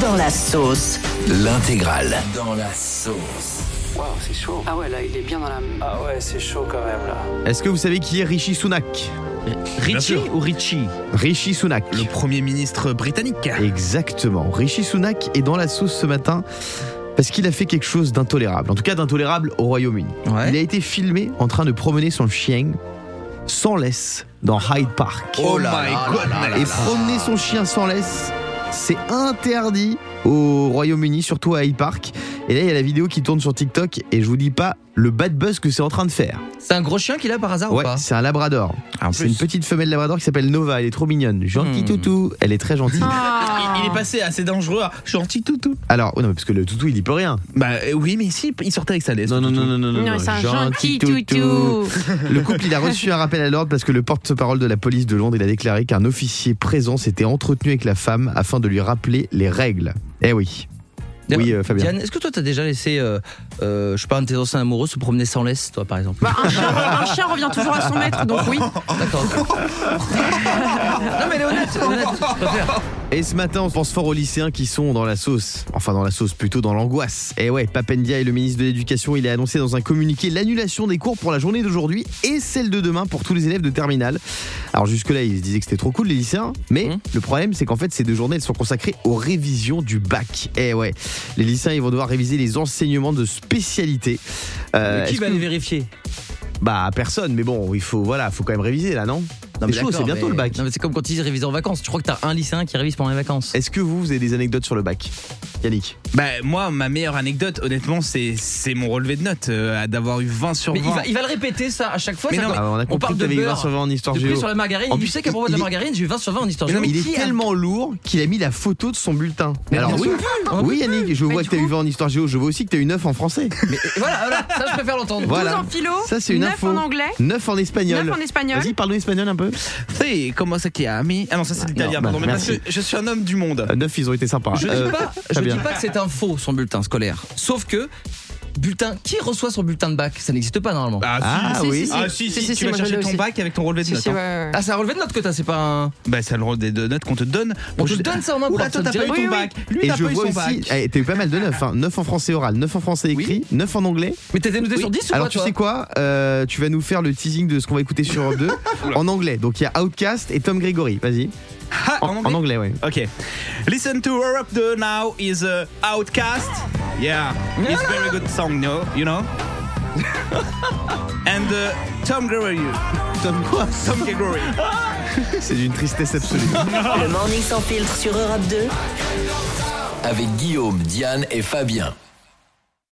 Dans la sauce. L'intégrale. Dans la sauce. Waouh, c'est chaud. Ah ouais, là, il est bien dans la. Ah ouais, c'est chaud quand même là. Est-ce que vous savez qui est Rishi Sunak Richie sûr. ou Richie Rishi Sunak. Le Premier ministre britannique. Exactement. Rishi Sunak est dans la sauce ce matin parce qu'il a fait quelque chose d'intolérable. En tout cas, d'intolérable au Royaume-Uni. Ouais. Il a été filmé en train de promener son chien sans laisse dans Hyde Park. Oh là my là goodness. là là Et là. promener son chien sans laisse, c'est interdit au Royaume-Uni, surtout à Hyde Park. Et là, il y a la vidéo qui tourne sur TikTok et je vous dis pas le bad buzz que c'est en train de faire. C'est un gros chien qu'il a par hasard ou Ouais, pas c'est un labrador. Ah, en C'est plus. une petite femelle labrador qui s'appelle Nova, elle est trop mignonne. Gentil Hmm. toutou, elle est très Ah. gentille. Il, il est passé assez dangereux. à Gentil toutou. Alors, oh non, mais parce que le toutou il dit peut rien. Bah euh, oui, mais si, il sortait avec sa laisse. toutou. non, Non, c'est un gentil toutou. Le couple il a reçu un rappel à l'ordre parce que le porte-parole de la police de Londres il a déclaré qu'un officier présent s'était entretenu avec la femme afin de lui rappeler les règles. Eh oui. D'ailleurs, Oui, euh, Fabien. Diane, est-ce que toi t'as déjà laissé, euh, euh, je sais pas, un de tes anciens amoureux se promener sans laisse, toi par exemple Bah, un, chien, un chien revient toujours à son maître, donc oui. D'accord. non mais elle est honnête, elle est honnête, je préfère. Et ce matin, on pense fort aux lycéens qui sont dans la sauce. Enfin, dans la sauce, plutôt dans l'angoisse. Et ouais, Papendia et le ministre de l'Éducation, il a annoncé dans un communiqué l'annulation des cours pour la journée d'aujourd'hui et celle de demain pour tous les élèves de terminale. Alors jusque-là, ils se disaient que c'était trop cool les lycéens, mais Mhm. le problème, c'est qu'en fait, ces deux journées, elles sont consacrées aux révisions du bac. Et ouais, les lycéens, ils vont devoir réviser les enseignements de spécialité. Euh, Qui est-ce va que- les vérifier Bah, personne, mais bon, il faut, voilà, faut quand même réviser là, non Non, C'est chaud, d'accord, c'est bientôt mais- le bac. Non mais c'est comme quand ils révisent en vacances. Tu crois que t'as un lycéen qui révise pendant les vacances Est-ce que vous, vous avez des anecdotes sur le bac Yannick Bah moi, ma meilleure anecdote, honnêtement, c'est c'est mon relevé de notes euh, à d'avoir eu 20 sur Mais 20. il va, il va le répéter ça à chaque fois. Mais ça, non, quoi. Ah, on a compris parle que de t'avais eu 20 beurre, sur 20 en histoire de géo. prix sur la margarine. En tu plus, sais qu'à propos de il la est- margarine, j'ai eu 20 sur 20 en histoire Mais non, géo. mais il Qui est a- tellement lourd qu'il a mis la photo de son bulletin. Alors oui, oui Yannick, je vois du que t'as eu coup- 20 en histoire géo, je vois aussi que t'as eu 9 en français. Mais voilà, voilà, ça je préfère l'entendre. Voilà. 12 en philo, Ça, c'est une 9 info. en anglais, 9 en espagnol. 9 en espagnol. Vas-y, parle espagnol un peu. C'est comment ça qui a mis Ah non, ça c'est l'italien, non, bah, pardon, mais parce merci. Euh, que je suis un homme du monde. 9, ils ont été sympas. Je Euh, dis pas, je très dis bien. pas que c'est un faux son bulletin scolaire. Sauf que bulletin, qui reçoit son bulletin de bac Ça n'existe pas normalement. Ah, Ah, Si, si, oui. Ah, si. Ah si, si, Si, si, tu si, vas moi, je chercher l'ai ton aussi. bac avec ton relevé de Si, notes. si, hein. ouais, ouais. c'est un Ah, relevé de notes que t'as, c'est pas un. Bah c'est le relevé de notes qu'on te donne. On Bon, te je- donne ça en main Oula, pour toi te t'as dire- pas eu Oui, ton oui. bac. Lui Et t'as je pas eu vois son aussi, bac. eh, t'as eu pas mal de 9, 9 en français oral, 9 en français écrit, 9 en anglais. Mais t'étais noté sur 10 ou Alors pas tu toi sais quoi Euh, Tu vas nous faire le teasing de ce qu'on va écouter sur Europe 2 en anglais. Donc il y a Outcast et Tom Gregory, vas-y. Ah, en anglais. En anglais, ouais. Okay. Listen to Europe the now is uh, Outcast. Yeah, it's very good song, no, you know. and uh, Tom Gregory. Tom quoi Tom Gregory. C'est d'une tristesse absolue. Le morning sans filtre sur Europe 2. Avec Guillaume, Diane et Fabien.